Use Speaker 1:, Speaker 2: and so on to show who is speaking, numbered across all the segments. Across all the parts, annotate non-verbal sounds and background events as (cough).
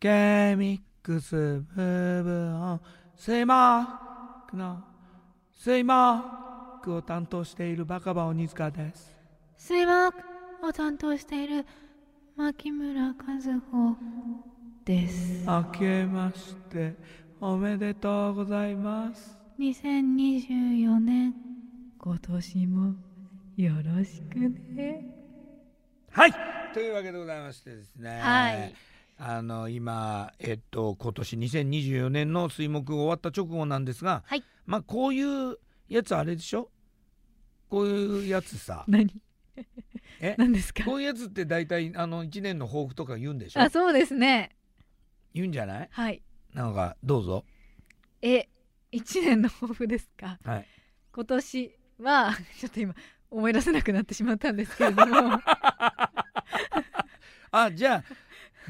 Speaker 1: ゲーミックス部分を水マークの水マークを担当しているバカバ鬼塚です
Speaker 2: 水幕を担当している牧村和穂です
Speaker 1: 明けましておめでとうございます
Speaker 2: 2024年今年もよろしくね
Speaker 1: はいというわけでございましてですね
Speaker 2: はい
Speaker 1: あの今えっと今年2024年の水木終わった直後なんですが、
Speaker 2: はい
Speaker 1: まあこういうやつあれでしょこういうやつさ
Speaker 2: 何
Speaker 1: え
Speaker 2: 何ですか
Speaker 1: こういうやつって大体あの1年の抱負とか言うんでしょ
Speaker 2: あそうですね
Speaker 1: 言うんじゃない
Speaker 2: はい
Speaker 1: なんかどうぞ
Speaker 2: え一年の抱負ですか
Speaker 1: はい
Speaker 2: 今年はちょっと今思い出せなくなってしまったんですけれど (laughs) も
Speaker 1: あじゃあ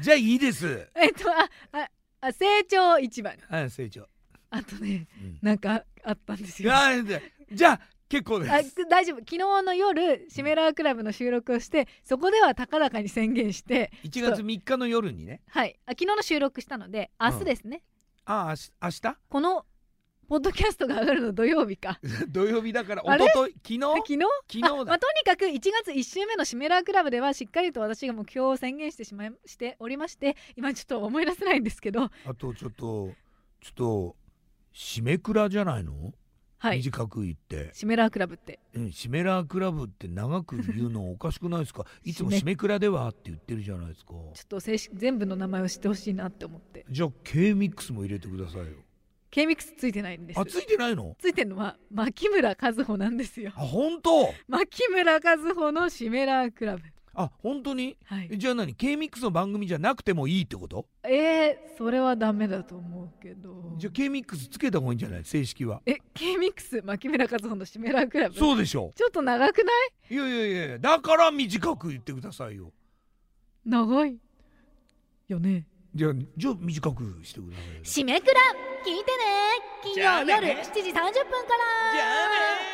Speaker 1: じゃあいいです
Speaker 2: えっとあああ成長一番
Speaker 1: はい成長、
Speaker 2: あとね
Speaker 1: うん
Speaker 2: なんかあったんですよ
Speaker 1: あじゃあじゃあ結 (laughs) 構で
Speaker 2: あ
Speaker 1: す
Speaker 2: 大丈夫昨日の夜シメラークラブの収録をしてそこでは高らかに宣言して
Speaker 1: 1月3日の夜にね
Speaker 2: はいあ昨日の収録したので明日ですね、
Speaker 1: ああし明日
Speaker 2: このポッドキャストが上がるの土曜日か
Speaker 1: (laughs) 土曜日だから
Speaker 2: あれ
Speaker 1: 一昨日昨
Speaker 2: (laughs) 昨
Speaker 1: 日
Speaker 2: 日
Speaker 1: 昨日
Speaker 2: あま
Speaker 1: だ
Speaker 2: あ、とにかく1月1週目のシメラークラブではしっかりと私が目標を宣言してしまいしておりまして今ちょっと思い出せないんですけど
Speaker 1: あとちょっとちょっと締めくらじゃないの、
Speaker 2: はい
Speaker 1: 短く言って、
Speaker 2: シメラークラブって
Speaker 1: うん、シメラークラブって長く言うのおかしくないですかいつも
Speaker 2: (laughs) 締め
Speaker 1: 締めくらではって言ってるじゃないですか
Speaker 2: ちょっと正式全部の名前を知ってほしいなって思って
Speaker 1: じゃあ K ミックスも入れてくださいよ
Speaker 2: K ミックスついてないんです
Speaker 1: あついてないの
Speaker 2: ついてるのは牧村和穂なんですよ
Speaker 1: あ本当
Speaker 2: 牧村和穂のシメラークラブ
Speaker 1: あ本当に
Speaker 2: はい
Speaker 1: えじゃあ何 K ミックスの番組じゃなくてもいいってこと
Speaker 2: えー、それはダメだと思うけど
Speaker 1: じゃあ K ミックスつけた方がいいんじゃない正式は
Speaker 2: え K ミックス牧村和穂のシメラークラブちょ
Speaker 1: そうでしょ
Speaker 2: っと長くないう
Speaker 1: いやいやいやいやだから短く言ってくださいよ
Speaker 2: 長いよね
Speaker 1: じゃあじゃあ短くしてくださいよ
Speaker 2: 締めくら聞いてね金
Speaker 1: じゃあ
Speaker 2: 曜
Speaker 1: ね
Speaker 2: 夜7時30分から
Speaker 1: じゃあね